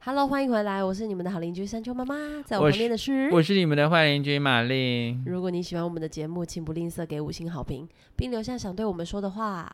Hello，欢迎回来，我是你们的好邻居山丘妈妈，在我我旁边的是。我是你们的坏邻居玛丽。如果你喜欢我们的节目，请不吝啬给五星好评，并留下想对我们说的话。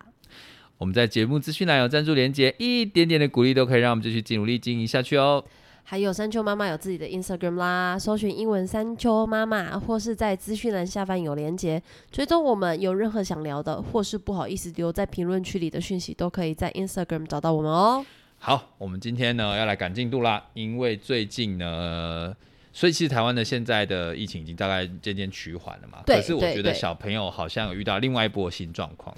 我们在节目资讯栏有赞助连接，一点点的鼓励都可以让我们继续尽努力经营下去哦。还有山丘妈妈有自己的 Instagram 啦，搜寻英文山丘妈妈，或是在资讯栏下方有连结，追踪我们。有任何想聊的，或是不好意思留在评论区里的讯息，都可以在 Instagram 找到我们哦。好，我们今天呢要来赶进度啦，因为最近呢，所以其实台湾的现在的疫情已经大概渐渐趋缓了嘛。对可是我对觉得对小朋友好像有遇到另外一波新状况，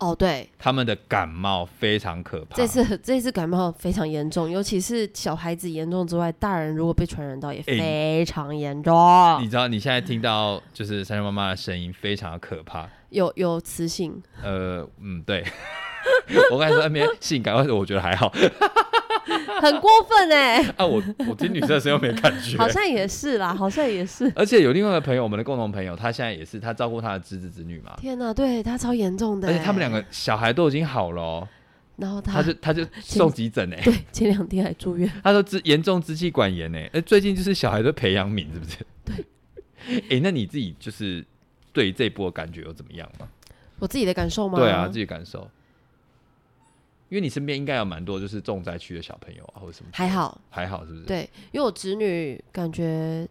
哦，对，他们的感冒非常可怕。这次这次感冒非常严重，尤其是小孩子严重之外，大人如果被传染到也非常严重。你知道你现在听到就是珊珊妈妈的声音非常的可怕，有有磁性，呃，嗯，对， 我刚才说那边性感，但是我觉得还好， 很过分哎、 啊，我我听女生的声音又没感觉。好像也是啦，好像也是。而且有另外一个朋友，我们的共同朋友，他现在也是，他照顾他的侄子侄女嘛，天哪，对他超严重的、欸而且他们两，个小孩都已经好了哦、然后他他就他就送急诊哎、对前两天还住院。他说支严重支气管炎哎、哎，最近就是小孩都培养皿是不是？ 对，哎、那你自己就是对这波感觉有怎么样吗？我自己的感受吗？对啊，自己感受，因为你身边应该有蛮多就是重灾区的小朋友啊，或者什么，还好，还好是不是？，对，因为我侄女感觉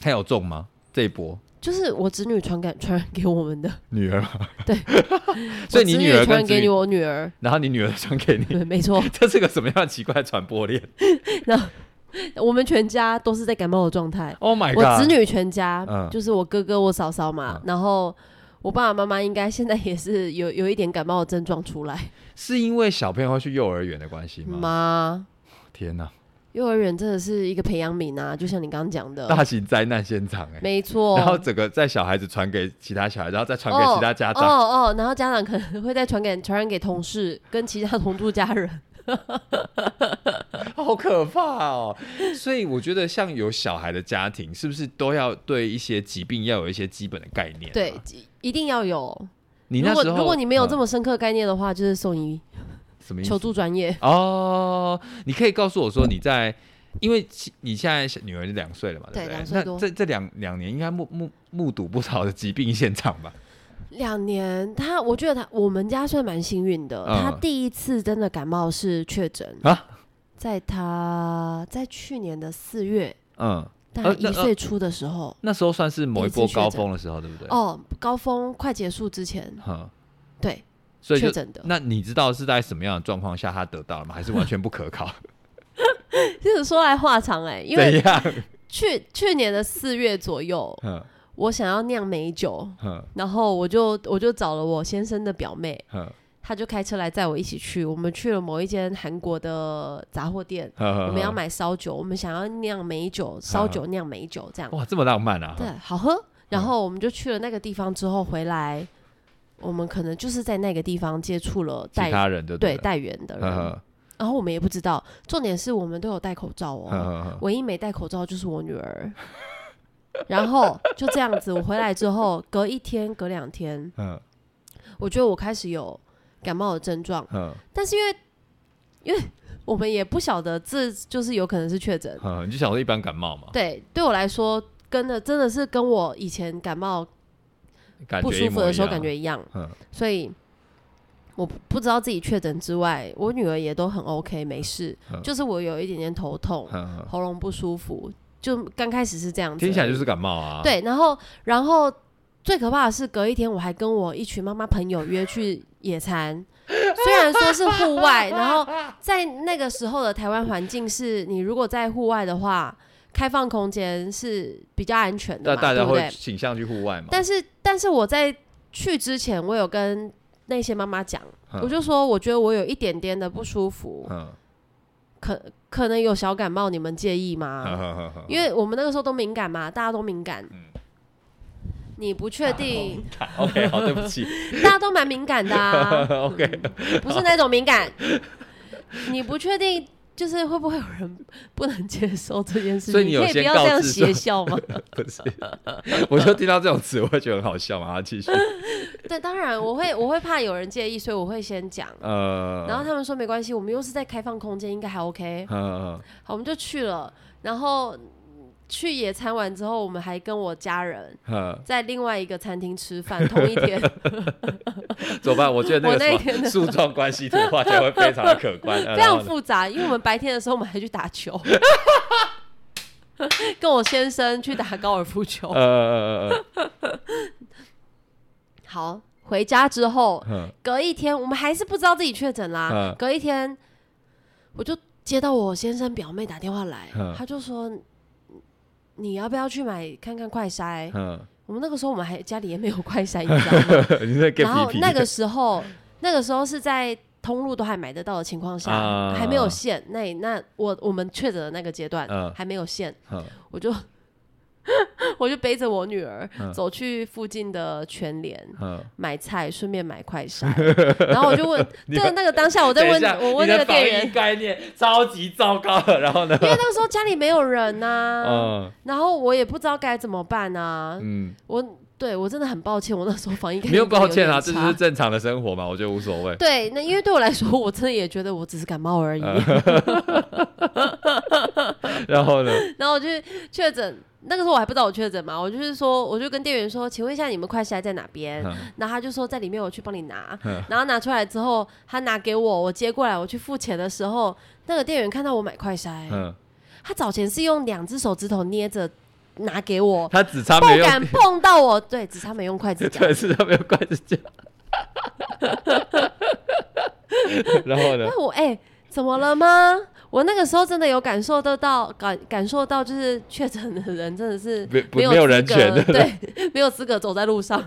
他有中吗？这一波就是我侄女传感传染给我们的，女儿吗？对， 所我以你侄女儿传跟染侄给你女，我女儿，然后你女儿传给你，对，没 错，这是个什么样的奇怪的传播链我们全家都是在感冒的状态。 ？Oh my 我侄 god！女全家、嗯就是我哥哥、我嫂嫂嘛，嗯然后我爸爸妈妈应该现在也是有有一点感冒的症状出来是因为小朋友会去幼儿园的关系吗？吗？天哪，幼儿园真的是一个培养皿啊，就像你刚刚讲的，大型灾难现场哎！没错。然后整个在小孩子传给其他小孩，然后再传哦给其他家长，哦哦，然后家长可能会再传给传染给同事跟其他同住家人。 好可怕哦！所以我觉得，像有小孩的家庭，是不是都要对一些疾病要有一些基本的概念、啊对，，一定要有。你如那果时候如果你没有这嗯么深刻概念的话，就是送医什么意思求助专业。哦，你可以告诉我说你在，因为其你现在小女儿两岁了嘛，对不对两？岁多那这这两两年应该目目目睹不少的疾病现场吧？两年，他我觉得他我们家算蛮幸运的，嗯他第一次真的感冒是确诊啊在他在去年的四月，嗯，大概呃那一岁初的时候，那时候算是某一波高峰的时候，对不对？，哦，高峰快结束之前，嗯，对，所以确就诊的。那你知道是在什么样的状况下他得到了吗？还是完全不可靠？其实说来话长哎、 因怎为样？去去年的四月左 右，嗯我想要酿美酒，嗯然后我就我就找了我先生的表妹，嗯他就开车来载我一起去。我们去了某一间韩国的杂货店，嗯，我们要嗯。买烧酒，我们想要酿美酒，烧酒酿美酒这样，哇，这么浪漫啊！对，好喝。然后我们就去了那个地方之后回来，我们可能就是在那个地方接触了其带他人就对了带源的嗯人，嗯然后我们也不知道。重点是我们都有戴口罩嗯哦，嗯嗯唯一没戴口罩就是我女儿。 然后就这样子，我回来之后，隔一天、隔两天，嗯我觉得我开始有感冒的症状，嗯但是因为因为我们也不晓得这就是有可能是确诊，嗯，你就想说一般感冒嘛，对，对我来说真的真的是跟我以前感冒感不觉一舒模服一的时候样感觉一样，嗯所以我不不知道自己确诊之外，我女儿也都很 OK 没事，嗯就是我有一点点头痛，嗯嗯喉咙不舒服，就刚开始是这样子而已，听起来就是感冒啊。对，然后然后最可怕的是，隔一天我还跟我一群妈妈朋友约去野餐，虽然说是户外，然后在那个时候的台湾环境是，你如果在户外的话，开放空间是比较安全的那嘛，大对家不会对？倾向去户外嘛？但是但是我在去之前，我有跟那些妈妈讲，嗯我就说我觉得我有一点点的不舒服，嗯，可可能有小感冒，你们介意吗？啊因为为我们那个时候都敏感嘛，大家都敏感。嗯你不确定， OK，好，对不 起 大家都蛮敏感的啊， ，OK，不是那种敏感。你不确定就是会不会有人不能接受这件事情？所以你有可以不先要告这样知 邪说笑吗？ 不是， 我就听到这种词，我会觉得很好笑嘛。然后继续，对，当然我会我会怕有人介意，所以我会先讲。呃，然后他们说没关系，我们又是在开放空间，应该还 OK。呃，好，我们就去了。然后嗯去野餐完之后，我们还跟我家人呃，在另外一个餐厅吃饭，同一天。怎么办？嗯我觉得那我那个天什么树状关系图画起来会非常的可观。呃 非然后常呢复杂，因为我们白天的时候我们还去打球， 跟我先生去打高尔夫球。呃呃呃好，回家之后呃，呃隔一天，我们还是不知道自己确诊啦。嗯隔一天，我就接到我先生表妹打电话来，嗯她就说。嗯你要不要去买看看快筛？嗯我们那个时候我们还家里也没有快筛，你知道吗？嗯， 你在给然后皮皮那个时候，那个时候是在通路都还买得到的情况下，啊还没有限。那那我我们确诊的那个阶段、嗯还没有限，嗯我就 我就背着我女儿、嗯走去附近的全联。嗯，买菜顺便买快筛，然后我就问， 你对那个当下我在等一问下，我问你那的个店防员， 疫概念超级糟糕的。然后呢？因为那个时候家里没有人呐、嗯然后我也不知道该怎么办啊，嗯，我对我真的很抱歉，我那时候防疫概念没有抱真歉的啊，有这点就差是正常的生活嘛，我觉得无所谓。 对，那因为对我来说，我真的也觉得我只是感冒而已。呃然后呢？ 然后我就确诊，那个时候我还不知道我确诊嘛，我就是说，我就跟店员说，请问一下你们快筛在哪边？嗯然后他就说在里面，我去帮你拿嗯。然后拿出来之后，他拿给我，我接过来，我去付钱的时候，那个店员看到我买快筛，嗯，他早前是用两只手指头捏着拿给我，他只差不没有，敢碰到我，对，只差没用筷 子夹。对，是他没有怪 自己。然 后呢？那我哎、怎么了吗？我那个时候真的有感受得到，感感受到就是确诊的人真的是没不有没有资人格权嗯对不对，没有资格走在路上。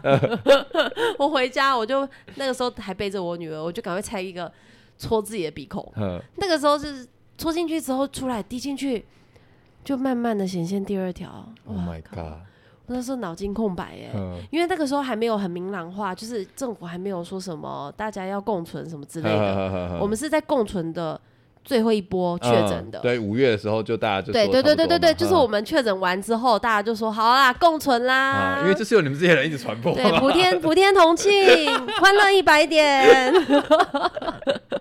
我回家我就那个时候还背着我女儿，我就赶快拆一个戳自己的鼻孔。 嗯，那个时候是戳进去之后出来滴进去，就慢慢的显现第二条。 Oh 哇 my 靠 god！我那时候脑筋空白耶、嗯，因为那个时候还没有很明朗化，就是政府还没有说什么大家要共存什么之类的， 我们是在共存的最后一波确诊的。嗯嗯对，五月的时候就大家就对说对对差对不多对对，嘛就是我们确诊完之后，大家就说好啦，共存嗯啦，啊，因为就是有你们这些人一直传播对嘛。普天 普天同庆，欢乐一百 点。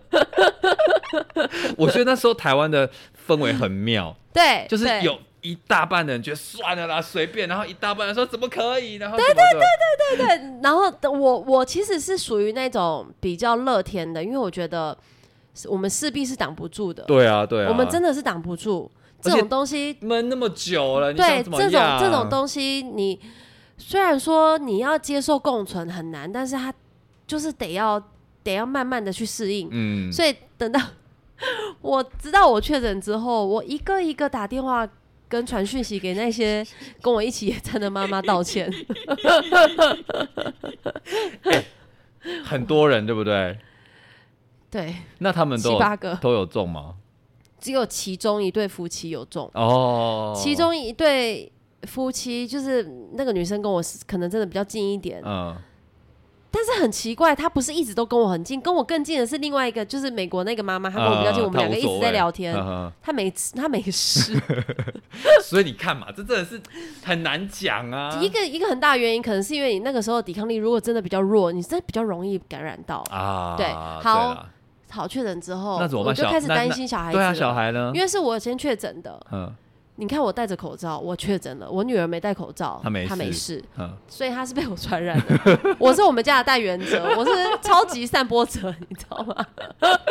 我觉得那时候台湾的氛围很妙，对，就是对有一大半的人觉得算了啦，随便，然后一大半人说怎么可以，然后对对对对对。然后我我其实是属于那种比较乐天的，因为我觉得我们势必是挡不住的，对，对啊对啊，我们真的是挡不住这而且种东西。闷那么久了，你对，想怎么这种样这种东西你，虽然说你要接受共存很难，但是它就是得要得要慢慢的去适应。嗯，所以等到 我知道我确诊之后，我一个一个打电话跟传讯息给那 些跟我一起野餐的妈妈道歉。很多人对不对？对，那他们都七有八个，都有中吗？只有其中一对夫妻有中，哦，其中一对。夫妻就是那个女生跟我是可能真的比较近一点，嗯但是很奇怪，她不是一直都跟我很近，跟我更近的是另外一个，就是美国那个妈妈，她跟我比较近，嗯我们两个她一无所谓直在聊天，嗯嗯她没她没事，嗯所以你看嘛，这真的是很难讲啊一个一个很大原因可能是因为你那个时候抵抗力如果真的比较弱，你真的比较容易感染到。啊，对啦好好确诊之后，那怎么我办就小开始那担那心小孩子对了，啊，小孩呢因？为是我先确诊的。嗯你看我戴着口罩，我确诊了，我女儿没戴口罩，她没事事，嗯，所以她是被我传染的。 我是我们家的代言者，我是超级散播者，你知道吗？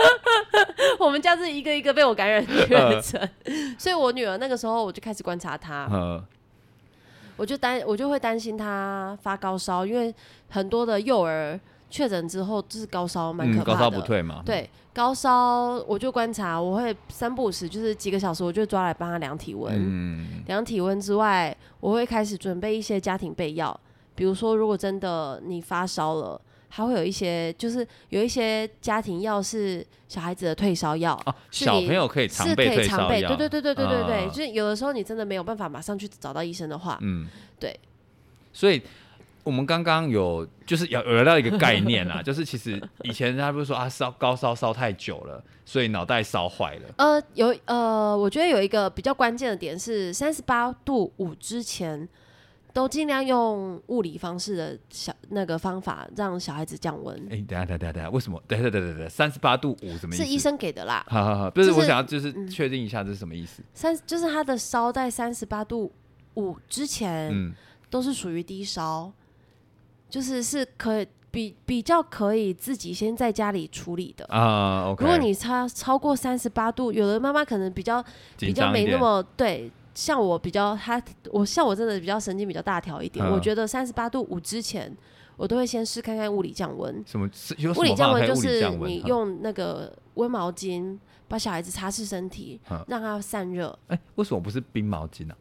我们家是一个一个被我感染确诊，所以我女儿那个时候我就开始观察她，嗯我就担我就会担心她发高烧，因为很多的幼儿确诊之后就是高烧，蛮可嗯，怕的。高烧不退嘛，对，高烧我就观察，我会三不五时，就是几个小时，我就抓来帮他量体温。嗯，量体温之外，我会开始准备一些家庭备药，比如说，如果真的你发烧了，还会有一些，就是有一些家庭药是小孩子的退烧药。哦，是小你朋友可以常是可备以退常烧备，药，对对对对对对对，嗯就是有的时候你真的没有办法马上去找到医生的话，嗯，对，所以我们刚刚有就是有有聊到一个概念啊， 就是其实以前人家不是说啊烧高烧烧太久了，所以脑袋烧坏了。呃，有呃，我觉得有一个比较关键的点是，三十八度五之前都尽量用物理方式的小那个方法让小孩子降温，哎、等一下等一下等一下，为什么？等一下等一下等一下，三十八度五什么意是思？医生给的啦。好好好，不是、就是嗯我想要就是确定一下这是什么意思。三就是他的烧在三十八度五之前嗯，都是属于低烧，就是是可以比比较可以自己先在家里处理的。啊，OK、o k 如果你超超过三十八度，有的妈妈可能比较比紧较张一没那点，么对，像我比较他我像我真的比较神经比较大条一点，嗯我觉得三十八度五之前，我都会先试看看物理降温。什么是有什物理么降办法温就可以物理是降温？嗯你哈用那个温毛巾把小孩子擦拭身体，嗯让他散热。哎、为什么不是冰毛巾呢、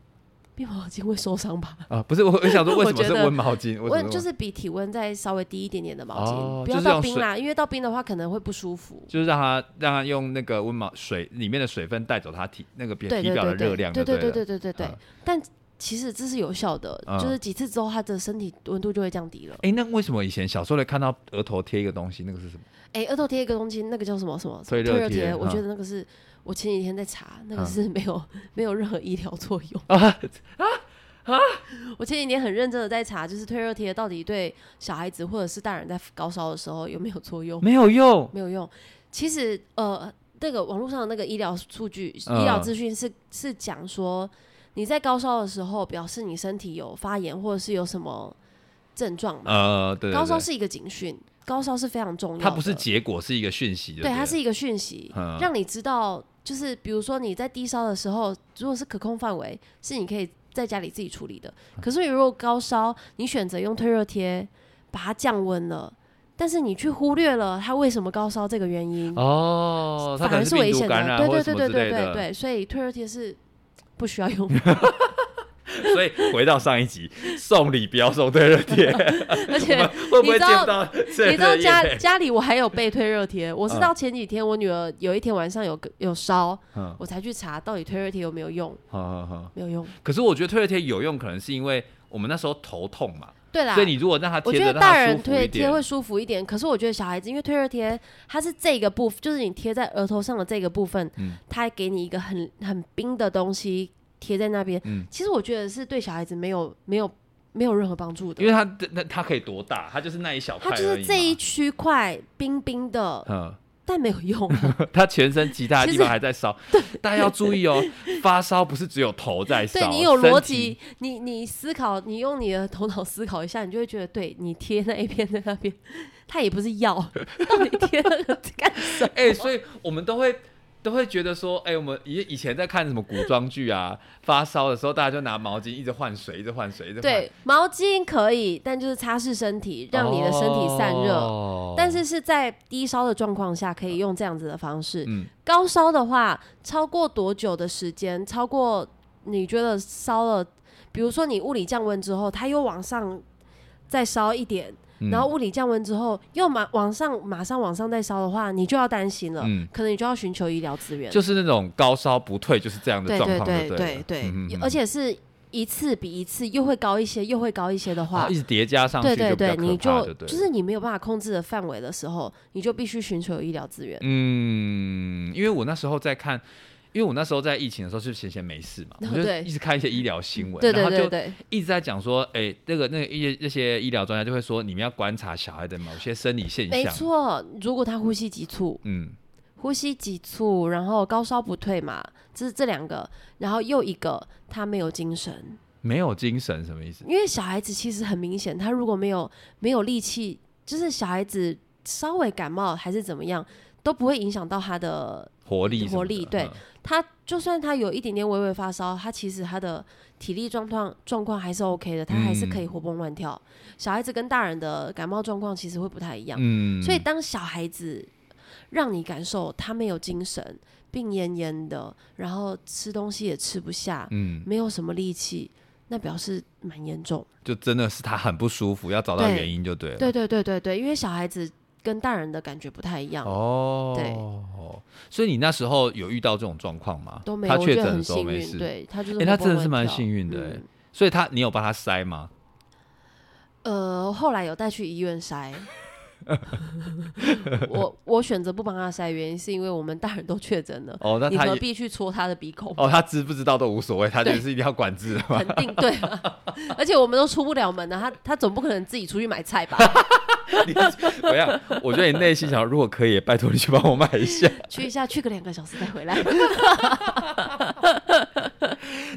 冰毛巾会受伤吧？啊？不是我，我想说我为什么觉是得温毛巾？为什温么就是是比体温再稍微低一点点的毛巾，哦不要就是到用冰水啦，因为到冰的话可能会不舒服。就是让它让它用那个温毛水里面的水分带走它体那个表对体对表对的热对量对就对对了对对对对嗯。但其实这是有效的，嗯就是几次之后，他的身体温度就会降低了。哎、那为什么以前小时候看到额头贴一个东西，那个是什么？哎，额头贴一个东西，那个叫什么什么退热热贴贴？我嗯觉得那个是我前几天在查，那个嗯是没有没有任何医疗作用啊 啊！我前几天很认真的在查，就是退热贴到底对小孩子或者是大人在高烧的时候有没有作用？没有用没有用。其实呃，那个网络上的那个医疗数据、嗯医疗资讯是是讲说，你在高烧的时候，表示你身体有发炎或者是有什么症状嘛。呃，对对高烧对是一个警讯，高烧是非常重要的。它不是结果，是一个讯息就对，了它是一个讯息，嗯让你知道，就是比如说你在低烧的时候，如果是可控范围，是你可以在家里自己处理的。可是你如果高烧，你选择用退热贴把它降温了，但是你去忽略了它为什么高烧这个原因，哦，它反可而能是危病险毒感的。染对或对者什对对么之对类对的。对，所以退热贴是不需要用， 所以回到上一集，送礼不要送退热 贴，而我且 们会不你会知见道到这你知道个业家配？家里我还有备退热贴，我是嗯到前几天我女儿有一天晚上有有烧，嗯，我才去查到底退热贴有没有用，好好好。没有用。可是我觉得退热贴有用，可能是因为我们那时候头痛嘛，对啦，所以你如果让它我贴觉着，得让大它舒人服一推贴点会。舒服一点，可是我觉得小孩子因为退热贴，它是这个部分，就是你贴在额头上的这个部分，嗯它给你一个很很冰的东西贴在那边，嗯其实我觉得是对小孩子没有没有没有任何帮助的，因为它那它可以多大？它就是那一小它块而就已嘛。是这一区块冰冰的， 嗯， 但没有用啊、他全身其他的地其实方还在烧， 大家要注意哦。发烧不是只有头在 烧，对你有逻身辑体，，你你思考，你用你的头脑思考一下，你就会觉得，对你贴那一边在那边，它也不是药， 到底贴那个干什么？哎、所以我们都会都会觉得说，哎、我们以以前在看什么古装剧啊，发烧的时候大家就拿毛巾一直换水，一直换水，一直换，对，毛巾可以，但就是擦拭身体，让你的身体散热。哦但是是在低烧的状况下，可以用这样子的方式。嗯高烧的话，超过多久的时间？超过你觉得烧了，比如说你物理降温之后，它又往上再烧一点，嗯然后物理降温之后又马往上马上往上再烧的话，你就要担心了，嗯可能你就要寻求医疗资源。就是那种高烧不退，就是这样的对状对况，对对对对对，嗯而且是一次比一次又会高一些，又会高一些的话，哦一直叠加上去对就对对，比较可你怕，就对对了，就是你没有办法控制的范围的时候，你就必须寻求医疗资源。嗯，因为我那时候在看。因为我那时候在疫情的时候是闲闲没事嘛，我就哦对一直看一些医疗新闻，对然对后对就对，一直在讲说，哎、那个那个一些那些医疗专家就会说，你们要观察小孩的某些生理现没象。错。如果他呼吸急促，嗯，呼吸急促，然后高烧不退嘛，这是这两个，然后又一个他没有精神，没有精神什么意思？因为小孩子其实很明显，他如果没有没有力气，就是小孩子稍微感冒还是怎么样，都不会影响到他的活力什么的，活力对嗯他就算他有一点点微微发烧，他其实他的体力状况状况还是 OK 的，他还是可嗯以活蹦乱跳。小孩子跟大人的感冒状况其实会不太一样，嗯，所以当小孩子让你感受他没有精神，病恹恹的，然后吃东西也吃不下，嗯，没有什么力气，那表示蛮严重。就真的是他很不舒服，要找到对原因就对了。啊对对对对对，因为小孩子跟大人的感觉不太一样。哦，所以你那时候有遇到这种状况吗？都没有，他我确觉得诊的很时候幸没运，事，对他就是、哎、他真的是蛮幸运的、哎嗯所以他你有帮他塞吗？呃，后来有带去医院筛。 我我选择不帮他筛，原因是因为我们大人都确诊了，哦，那你他何也必去戳他的鼻孔？哦，他知不知道都无所谓，他就是一定要管制的嘛。肯定对 啊，而且我们都出不了门啊，他他总不可能自己出去买菜 吧？你我想，我觉得你内心想，如果可以，拜托你去帮我买一 下。去一下，去个两个小时再回来。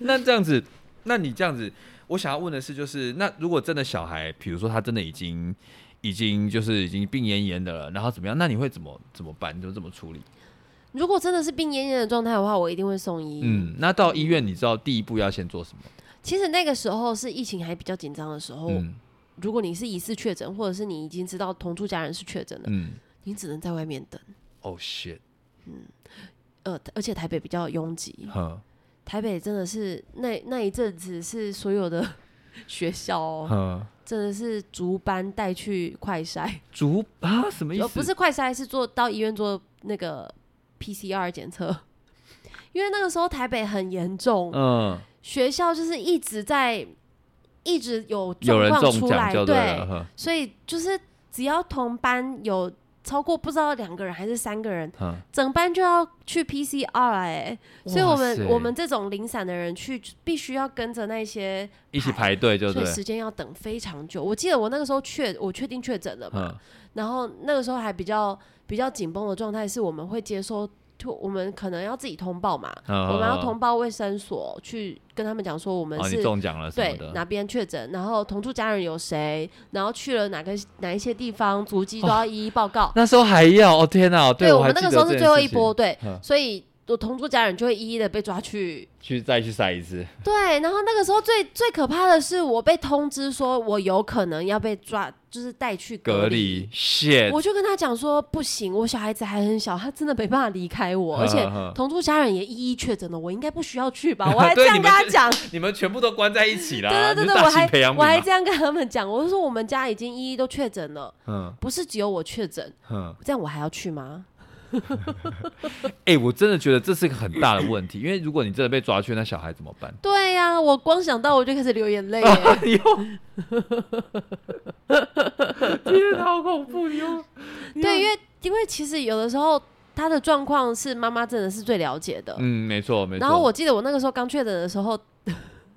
那这样子，那你这样子，我想要问的是，就是那如果真的小孩，比如说他真的已经已经就是已经病恹恹的了，然后怎么样？那你会怎么怎么办？你就怎么处理？如果真的是病恹恹的状态的话，我一定会送医。嗯，那到医院，你知道第一步要先做什么？其实那个时候是疫情还比较紧张的时候，嗯如果你是疑似确诊，或者是你已经知道同住家人是确诊了，嗯你只能在外面等。 ，Oh shit，呃，而且台北比较拥挤，哼台北真的是那那一阵子是所有的 学校、哦、哼，真的是逐班带去快筛，竹啊什么意呃思？不是快筛，是做到医院做那个 PCR 检测，因为那个时候台北很严重，嗯，学校就是一直在一直有有状人况中出奖来，就对了。对，嗯哼所以就是只要同班有超过不知道两个人还是三个人，哼，整班就要去 PCR 哎、哇所以我塞们我们这种零散的人去必须要跟着那些，一起排队就所对以了。时间要等非常久。我记得我那个时候确我确定确诊了嘛，嗯，然后那个时候还比较比较紧绷的状态是我们会接收。就我们可能要自己通报嘛，嗯我们要嗯嗯通报卫生所去跟他们讲说我们哦，是、你中奖了什么对的？哪边确诊，然后同住家人有谁，然后去了哪个哪一些地方，足迹都要一一报告。那时候还要哦，天哪！哦对我还们记那个时得候是这件最后事一情波，对，嗯所以我同住家人就会一一的被抓去。去再去筛一次。对，然后那个时候最最可怕的是，我被通知说我有可能要被抓，就是带去隔离离。，shit，我就跟他讲说，不行，我小孩子还很小，他真的没办法离开 我，而且呵呵呵同住家人也一一确诊了，我应该不需要去 吧？我还这对样你跟们他是讲，你们全部都关在一起啦，对对你对对，是大我型培还养啊我还皿这样跟他们讲，我就说我们家已经一一都确诊了，嘛。不是只有我确诊，嗯嗯，这样我还要去吗？哎、我真的觉得这是一个很大的问题，因为如果你真的被抓去，那小孩怎么 办？对呀、我光想到我就开始流眼泪耶。 你又，天哪，好恐怖！你又，你对，又因为因为其实有的时候他的状况是妈妈真的是最了解的。嗯，没错没错。然后我记得我那个时候刚确诊的时候，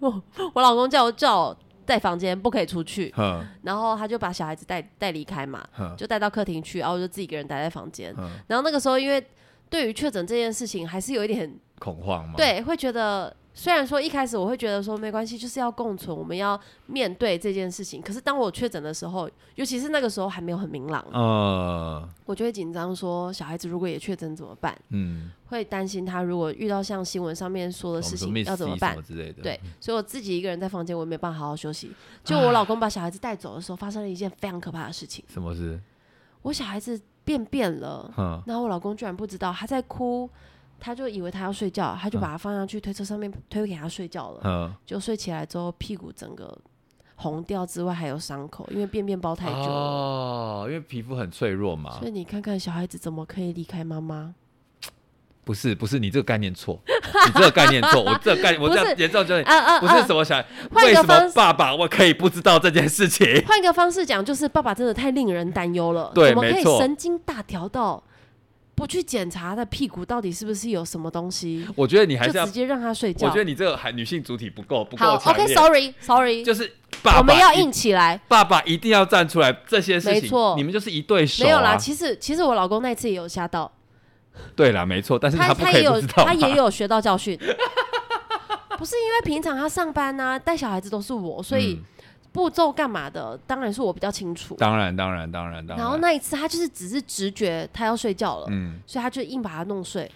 我我老公叫我叫我在房间不可以出去，哼，然后他就把小孩子带带离开嘛，哼就带到客厅去，然后我就自己一个人待在房间。哼，然后那个时候因为对于确诊这件事情还是有一点恐慌嘛。，对，会觉得虽然说一开始我会觉得说没关系，就是要共存，我们要面对这件事情。可是当我确诊的时候，尤其是那个时候还没有很明朗，呃，我就会紧张，说小孩子如果也确诊怎么办？嗯，会担心他如果遇到像新闻上面说我的们事说情 miss 要怎么 C 办什么？之类的。嗯对，所以我自己一个人在房间，我也没办法好好休息。就我老公把小孩子带走的时候，发生了一件非常可怕的事情。什么事？我小孩子便便了，哼，然后我老公居然不知道，他在哭，他就以为他要睡觉，他就嗯把他放上去推车上面推给他睡觉了。哼，就睡起来之后，屁股整个红掉之外，还有伤口，因为便便包太久了。哦，因为皮肤很脆弱嘛所。以你看看小孩子怎么可以离开妈妈？不是不是，你这个概念错， 你这个概念错，我这个概我 不这是样严重就啊啊不是啊！什么小孩，换为一个什么方式，爸爸我可以不知道这件事情？ 换一个方式讲，就是爸爸真的太令人担忧了。对怎么可没以错神经大条到不去检查他的屁股到底是不是有什么东西，我觉得你还就是 要直，接让他睡我觉觉？得你这个还女性主体不够不好够强烈， ，OK，Sorry，Sorry，就是爸我们爸要一硬起来。爸爸一定要站出来，这些事没情错你们就是一对手啊。没有啦，其实其实我老公那次也有吓到，对啦，没错，但是他不可也以不有知道他嘛也有学到教训， 不是因为平常他上班呐、带小孩子都是我，所以嗯步骤干嘛的，当然是我比较清楚。当然当然当然当然后那一次他就是只是直觉他要睡觉了，嗯，所以他就硬把他弄睡。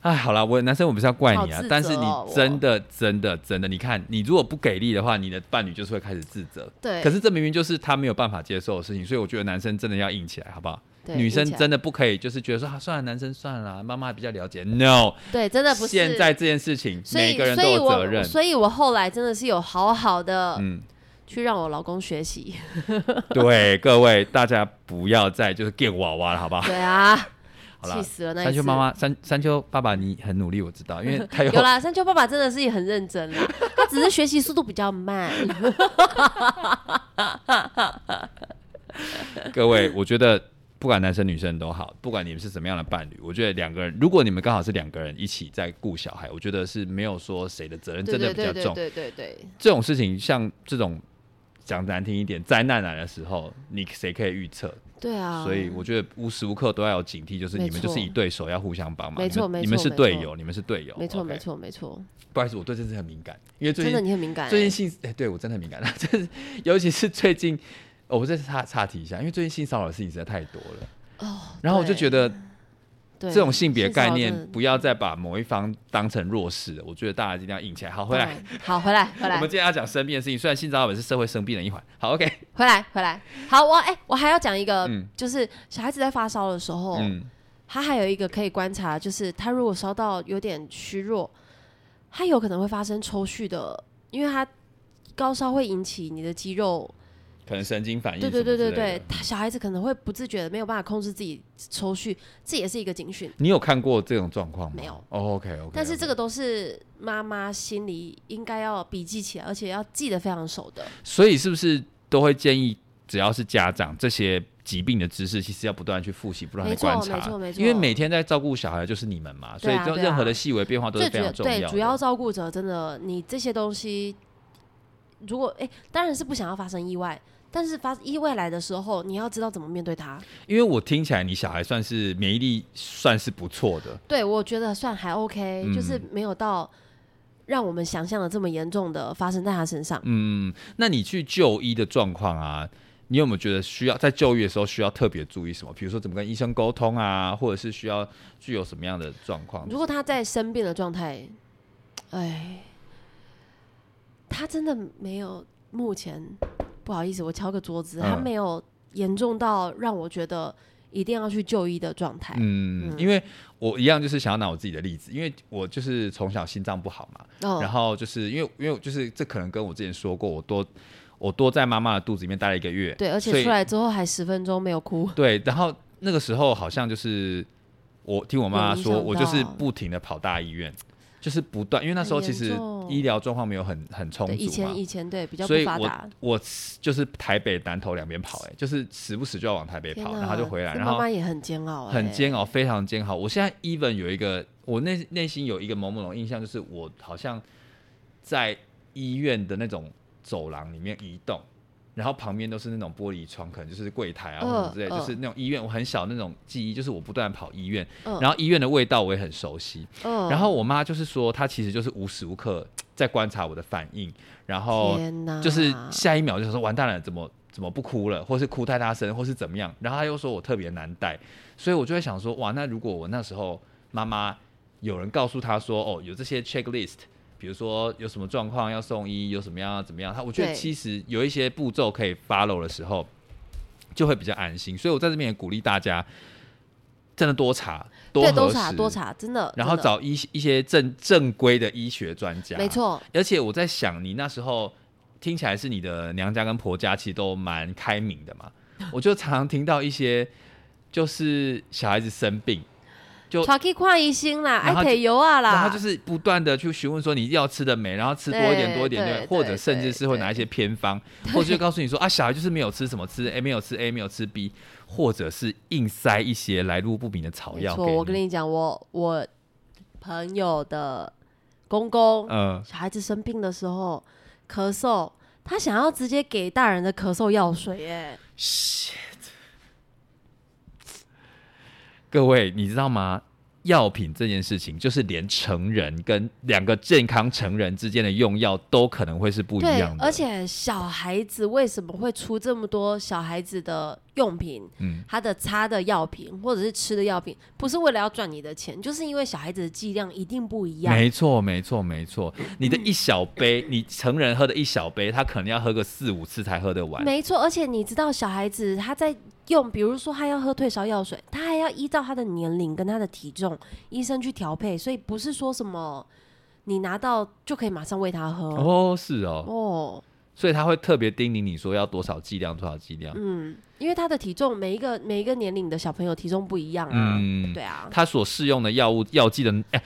哎，好啦，我男生我不是要怪你好啊自，但是责你哦真的真的真的，你看你如果不给力的话，你的伴侣就是会开始自责。对，可是这明明就是他没有办法接受的事情，所以我觉得男生真的要硬起来，好不好？对啊女生硬起来真的不可以，就是觉得说啊，算了，男生算了，妈妈比较了解。No，对真的不是现在这件事情，所以每个人所都以有责我任。所以我后来真的是有好好的嗯，去让我老公学 习。对，各位大家不要再就是电娃娃了，好不好？对啊，好啦气死了那一山次丘。妈妈，哎山山丘爸爸，你很努力，我知道， 因为他有有啦，山丘爸爸真的是也很认真啦，他只是学习速度比较慢。 各位，我觉得不管男生女生都好，不管你们是怎么样的伴侣，我觉得两个人，如果你们刚好是两个人一起在顾小孩，我觉得是没有说谁的责任对 真的对比较对重。对对对对，这种事情，像这种讲难听一点，灾难啊来的时候，你谁可以预测？对啊，所以我觉得无时无刻都要有警惕，就是没你们就是错一对手，要互相帮忙。没错你们没你们错是没队错友，你们是队友。没错 OK 没。错没错，不好意思，我对这次很敏感，因为最真的近你很敏感欸，最近性哎、对我真的很敏感， 就是尤其是最近，哦我这次岔岔题一下，因为最近性骚扰的事情实在太多了。哦，然后我就对觉得对这种性别概性骚扰念真的不要再把某一方当成弱势了，我觉得大家一定要硬起来。好，回来，对好回来回我来们今天要讲生病的事情，虽然性骚扰也是社会生病的一环。好，OK，回来回来，好我哎、我还要讲一个，嗯就是小孩子在发烧的时候，嗯，他还有一个可以观察，就是他如果烧到有点虚弱，他有可能会发生抽搐的，因为他高烧会引起你的肌肉，可能神经反应对什对么对之类的，对对，他小孩子可能会不自觉的没有办法控制自己抽搐，这也是一个警讯。你有看过这种状况吗？没有。哦，OK，OK，OK、o k OK，但是这个都是妈妈心里应该要笔记起来，而且要记得非常熟的。所以是不是都会建议，只要是家长这些疾病的知识，其实要不断地去复习，不断地没去错观察，没错没错因为每天在照顾小孩的就是你们嘛，所对以啊就对啊任何的细微变化都是最主要非常重要对的。主要照顾者真的，你这些东西，如果哎、当然是不想要发生意外，但是发意外来的时候，你要知道怎么面对它。因为我听起来你小孩算是免疫力算是不错的，对我觉得算还 OK，、嗯就是没有到让我们想象的这么严重的发生在他身上。嗯，那你去就医的状况啊，你有没有觉得需要在就医的时候需要特别注意什么？比如说怎么跟医生沟通啊，或者是需要具有什么样的状况？如果他在生病的状态，哎，他真的没有目前不好意思，我敲个桌子，嗯他没有严重到让我觉得一定要去就医的状态。嗯，因为我一样就是想要拿我自己的例子，因为我就是从小心脏不好嘛，哦然后就是因为因为我就是这可能跟我之前说过，我多我多在妈妈的肚子里面待了一个月，对，而所且以出来之后还十分钟没有哭。对，然后那个时候好像就是我听我有妈妈影说，响我就是到不停的跑大医院，就是不断，因为那时候很其严实重医疗状况没有很很充对，以足嘛前，以前对比较不所以发我达。我就是台北南投两边跑、欸，就是时不时就要往台北天跑，哪然后就回来，这然妈后妈也很煎熬、欸很煎。煎熬，非常煎熬。我现在 even 有一个，我内内心有一个朦朦胧印象，就是我好像在医院的那种走廊里面移动，然后旁边都是那种玻璃窗，可能就是柜台啊嗯或者之类，嗯就是那种医院。我很小那种记忆，就是我不断跑医院，嗯然后医院的味道我也很熟悉。嗯然后我妈就是说，她其实就是无时无刻在观察我的反应，然后天哪，就是下一秒就想说完蛋了，怎么怎么不哭了，或是哭太大声，或是怎么样。然后他又说我特别难带，所以我就会想说，哇，那如果我那时候妈妈有人告诉他说，哦，有这些 checklist，比如说有什么状况要送医，有什么样要怎么样，他我觉得对其实有一些步骤可以 follow 的时候，就会比较安心。所以我在这边也鼓励大家，真的多查，对核多查实多，查，真的。然后真的找医一些正正规的医学专家，没错，而且我在想，你那时候听起来是你的娘家跟婆家其实都蛮开明的嘛， 我就常常听到一些就是小孩子生病，就查去看医生啦，然后爱就腿油啊啦，然后就是不断的去询问说你要吃的没，然后吃多一点对多一点对或者对甚至是会对拿一些偏方，或者就告诉你说啊小孩就是没有吃什么吃 A 没有吃 A 没有吃 B，或者是硬塞一些来路不明的草没药错，我给跟你，你讲，我我朋友的公公、嗯、小孩子生病的时候咳嗽，他想要直接给大人的咳嗽药水、耶，各位，你知道吗？药品这件事情，就是连成人跟两个健康成人之间的用药都可能会是不一对样，的。而，且小孩子为什么会出这么多小孩子的用品？嗯，他的擦的药品或者是吃的药品，不是为了要赚你的钱，就是因为小孩子的剂量一定不一样。啊没错，没错，没错。你的一小杯，你成人喝的一小杯，他可能要喝个四五次才喝得完。没错，而且你知道，小孩子他在用，比如说他要喝退烧药水，他还要依照他的年龄跟他的体重，医生去调配，所以不是说什么你拿到就可以马上喂他喝哦。哦，是哦，所以他会特别叮咛你说要多少剂量，多少剂量。嗯，因为他的体重每一个每一个年龄的小朋友体重不一样啊，嗯对啊，他所适用的药物药剂的，哎、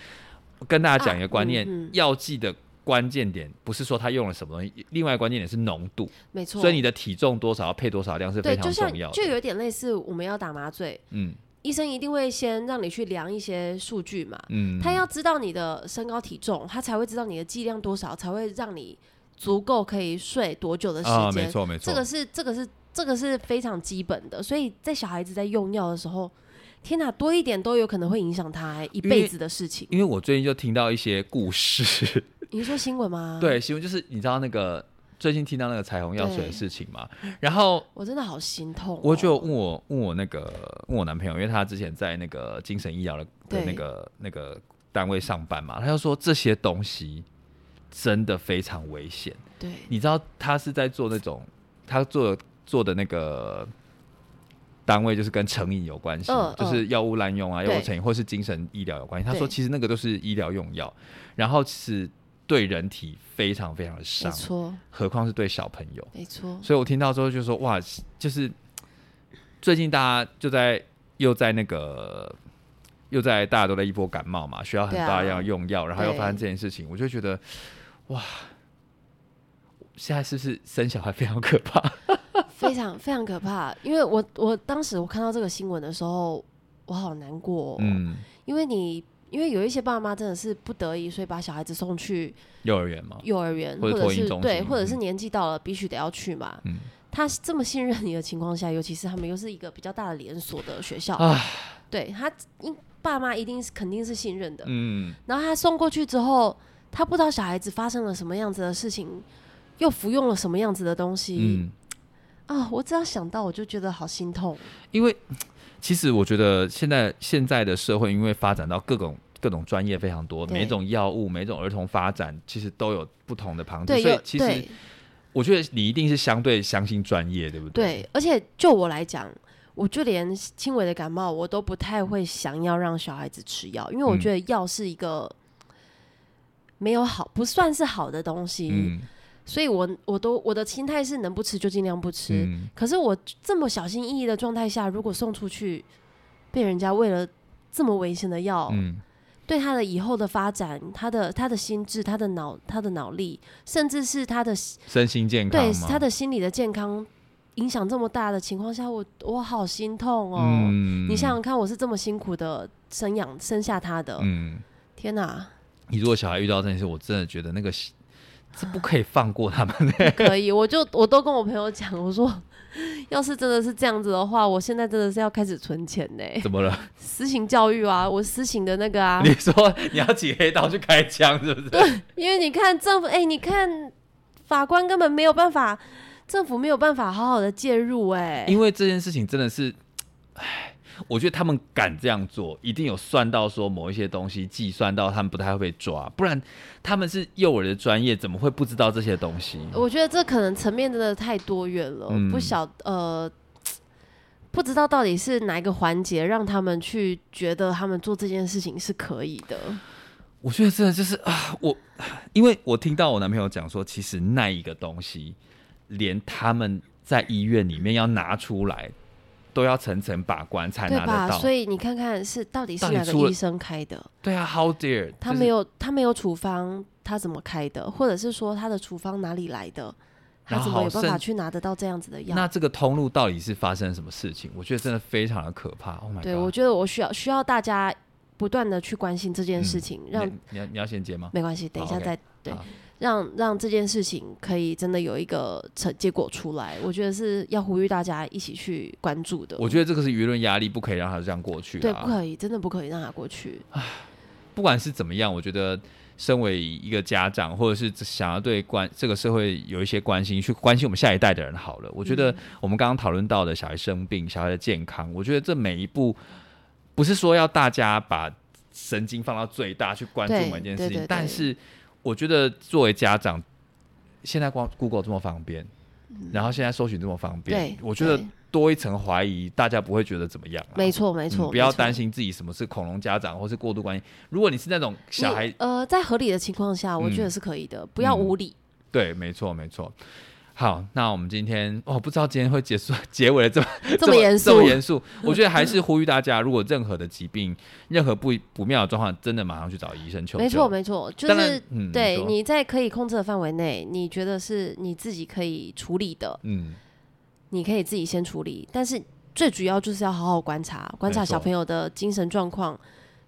跟大家讲一个观念啊嗯嗯，药、剂的关键点不是说他用了什么东西，另外一个关键点是浓度，没错。所以你的体重多少要配多少量是对，非就常像重要就的。有点类似我们要打麻醉，嗯医生一定会先让你去量一些数据嘛，嗯，他要知道你的身高体重，他才会知道你的剂量多少，才会让你足够可以睡多久的时啊，间。没错没错，这个是这个是这个是非常基本的，所以在小孩子在用药的时候，天哪，多一点都有可能会影响他、一辈子的事情。因为我最近就听到一些 故事，你说新闻吗？， 对，新闻就是你知道那个最近听到那个彩虹药水的事情嘛，然后我真的好心痛哦、我就问我问我那个问我男朋友，因为他之前在那个精神医疗的的对那个那个单位上班嘛，他就说这些东西真的非常危险。对你知道他是在做那种他做做的那个单位，就是跟成瘾有关系，嗯就是药物滥用啊、药对物成瘾或是精神医疗有关系。他说对其实那个都是医疗用药，然后是对人体非常非常的没伤，错，何况是对小朋友。没错，所以我听到之后就说哇，就是最近大家就在又在那个又在大家都在一波感冒嘛，需要很对啊大量用药，然后又对发生这件事情，我就觉得哇，现在是不是生小孩非常可 怕？非常非常可怕。因为我我当时我看到这个新闻的时候，我好难过、哦。嗯，因为你因为有一些爸妈真的是不得已，所以把小孩子送去幼儿园嘛，幼儿园，啊或或者者托婴是中心对，嗯或者是年纪到了必须得要去嘛。嗯他这么信任你的情况下，尤其是他们又是一个比较大的连锁的学校，唉对他应爸妈一定是肯定是信任的。嗯，然后他送过去之后，他不知道小孩子发生了什么样子的事情，又服用了什么样子的东西、嗯，啊！我只要想到我就觉得好心痛。因为其实我觉得现在现在的社会，因为发展到各种。各种专业非常多，对每种药物、每种儿童发展，其实都有不同的旁支，对，所有以其实对我觉得你一定是相对相信专业，对不对？对，而且就我来讲，我就连轻微的感冒，我都不太会想要让小孩子吃药，因为我嗯觉得药是一个没有好，不算是好的东西，嗯所以我我都我的心态是能不吃就尽量不吃。嗯，可是我这么小心翼翼的状态下，如果送出去，被人家为了这么危险的药，嗯，对他的以后的发展，他的他的心智、他的脑、他的脑力，甚至是他的身心健康对嘛，他的心理的健康影响这么大的情况下，我我好心痛哦。嗯你想想看，我是这么辛苦的生养生下他的，嗯，天哪，你如果小孩遇到这件事，我真的觉得那个是这不可以放过 他们。 不可以！我就我都跟我朋友讲，我说 要是真的是这样子的话，我现在真的是要开始存钱呢，怎么了？私刑教育啊，我私刑的那个 啊 你，说你要起黑道去开枪，是不是？因为你看政府，哎、你看法官根本没有办法，政府没有办法好好的介入、哎， 因为这件事情真的是，唉，我觉得他们敢这样做，一定有算到说某一些东西，计算到他们不太会被抓，不然他们是幼儿的专业，怎么会不知道这些东西？我觉得这可能层面真的太多元了，嗯不晓呃，不知道到底是哪一个环节让他们去觉得他们做这件事情是可以的。我觉得真的就是啊，我因为我听到我男朋友讲说，其实那一个东西，连他们在医院里面要拿出来，都要层层把关才对拿得吧？到所。以你看看是到底是到底哪个出了医生开的，对啊，How dare？他没，有他没有处方，他怎么开的，或者是说他的处方哪里来的，他然后怎么有办法甚去拿得到这样子的就是药？那，Oh 这个通路到底是发生了什么事情？我觉得真的非常的可怕。Oh my god！对，我觉得我需要需要大家不断的去关心这嗯件事情，让你你要你要先接吗？没关系，等一好下，OK 再对好，让让这件事情可以真的有一个成结果出来，我觉得是要呼吁大家一起去关注的。我觉得这个是舆论压力，不可以让它这样过去啊对，啦。不可以，真的不可以让它过去。不管是怎么样，我觉得身为一个家长，或者是想要对关这个社会有一些关心，去关心我们下一代的人好了。我觉嗯得我们刚刚讨论到的小孩生病、小孩的健康，我觉得这每一步不是说要大家把神经放到最大去关注对某一件对事情对，对但是我觉得作为家长，现在光 Google 这么方便，然后现在搜寻这么方嗯便对，，我觉得对多一层怀疑，大家不会觉得怎么样啊、没错，没嗯错，不要没错担。心自己什么是恐龙家长或是过度关心。如果你是那种小你孩， 呃，在合理的情况下，我觉得是可以的，不要嗯无理。对，没错没错。好，那我们今天哦，不知道今天会结束 结尾的这么这么严肃这么 严肃。我觉得还是呼吁大家，如果任何的疾病、任何不不妙的状况，真的马上去找医生求救。没错，没错，就当然是嗯对你说你在可以控制的范围内，你觉得是你自己可以处理的，嗯，你可以自己先处理。但是最主要就是要好好观察，观察没错小朋友的精神状况，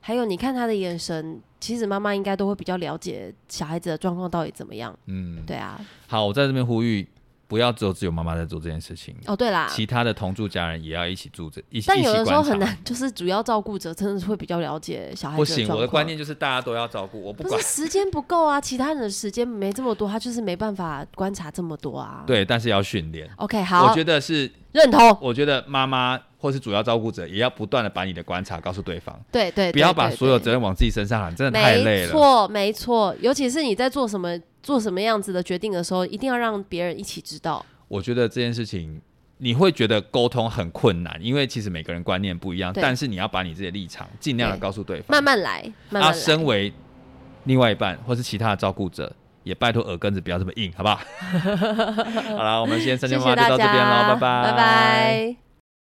还有你看他的眼神，其实妈妈应该都会比较了解小孩子的状况到底怎么样。嗯，对啊，好，我在这边呼吁，不要只有只有妈妈在做这件事情，哦对啦，其他的同住家人也要一起住这一起但一起有的时候观察很难，就是主要照顾者真的是会比较了解小孩不子的行，状我的况。观念就是大家都要照顾，我不不管是。时间不够啊，其他人的时间没这么多，他就是没办法观察这么多啊。对，但是要训练。 ，OK，我好，觉得是，认同。我觉得妈妈或是主要照顾者也要不断的把你的观察告诉对方，对对，不要对把对所有对责任往自己身上揽，真的太累没了。错，没错，尤其是你在做什么、做什么样子的决定的时候，一定要让别人一起知道。我觉得这件事情你会觉得沟通很困难，因为其实每个人观念不一样，对但是你要把你自己的立场尽量的对告诉对方。慢慢来，慢啊，慢来。身为另外一半或是其他的照顾者，也拜托耳根 子不要这么硬，好不好？好了，我们今天三谢千妈谢就大到家，这边喽，拜拜，拜拜。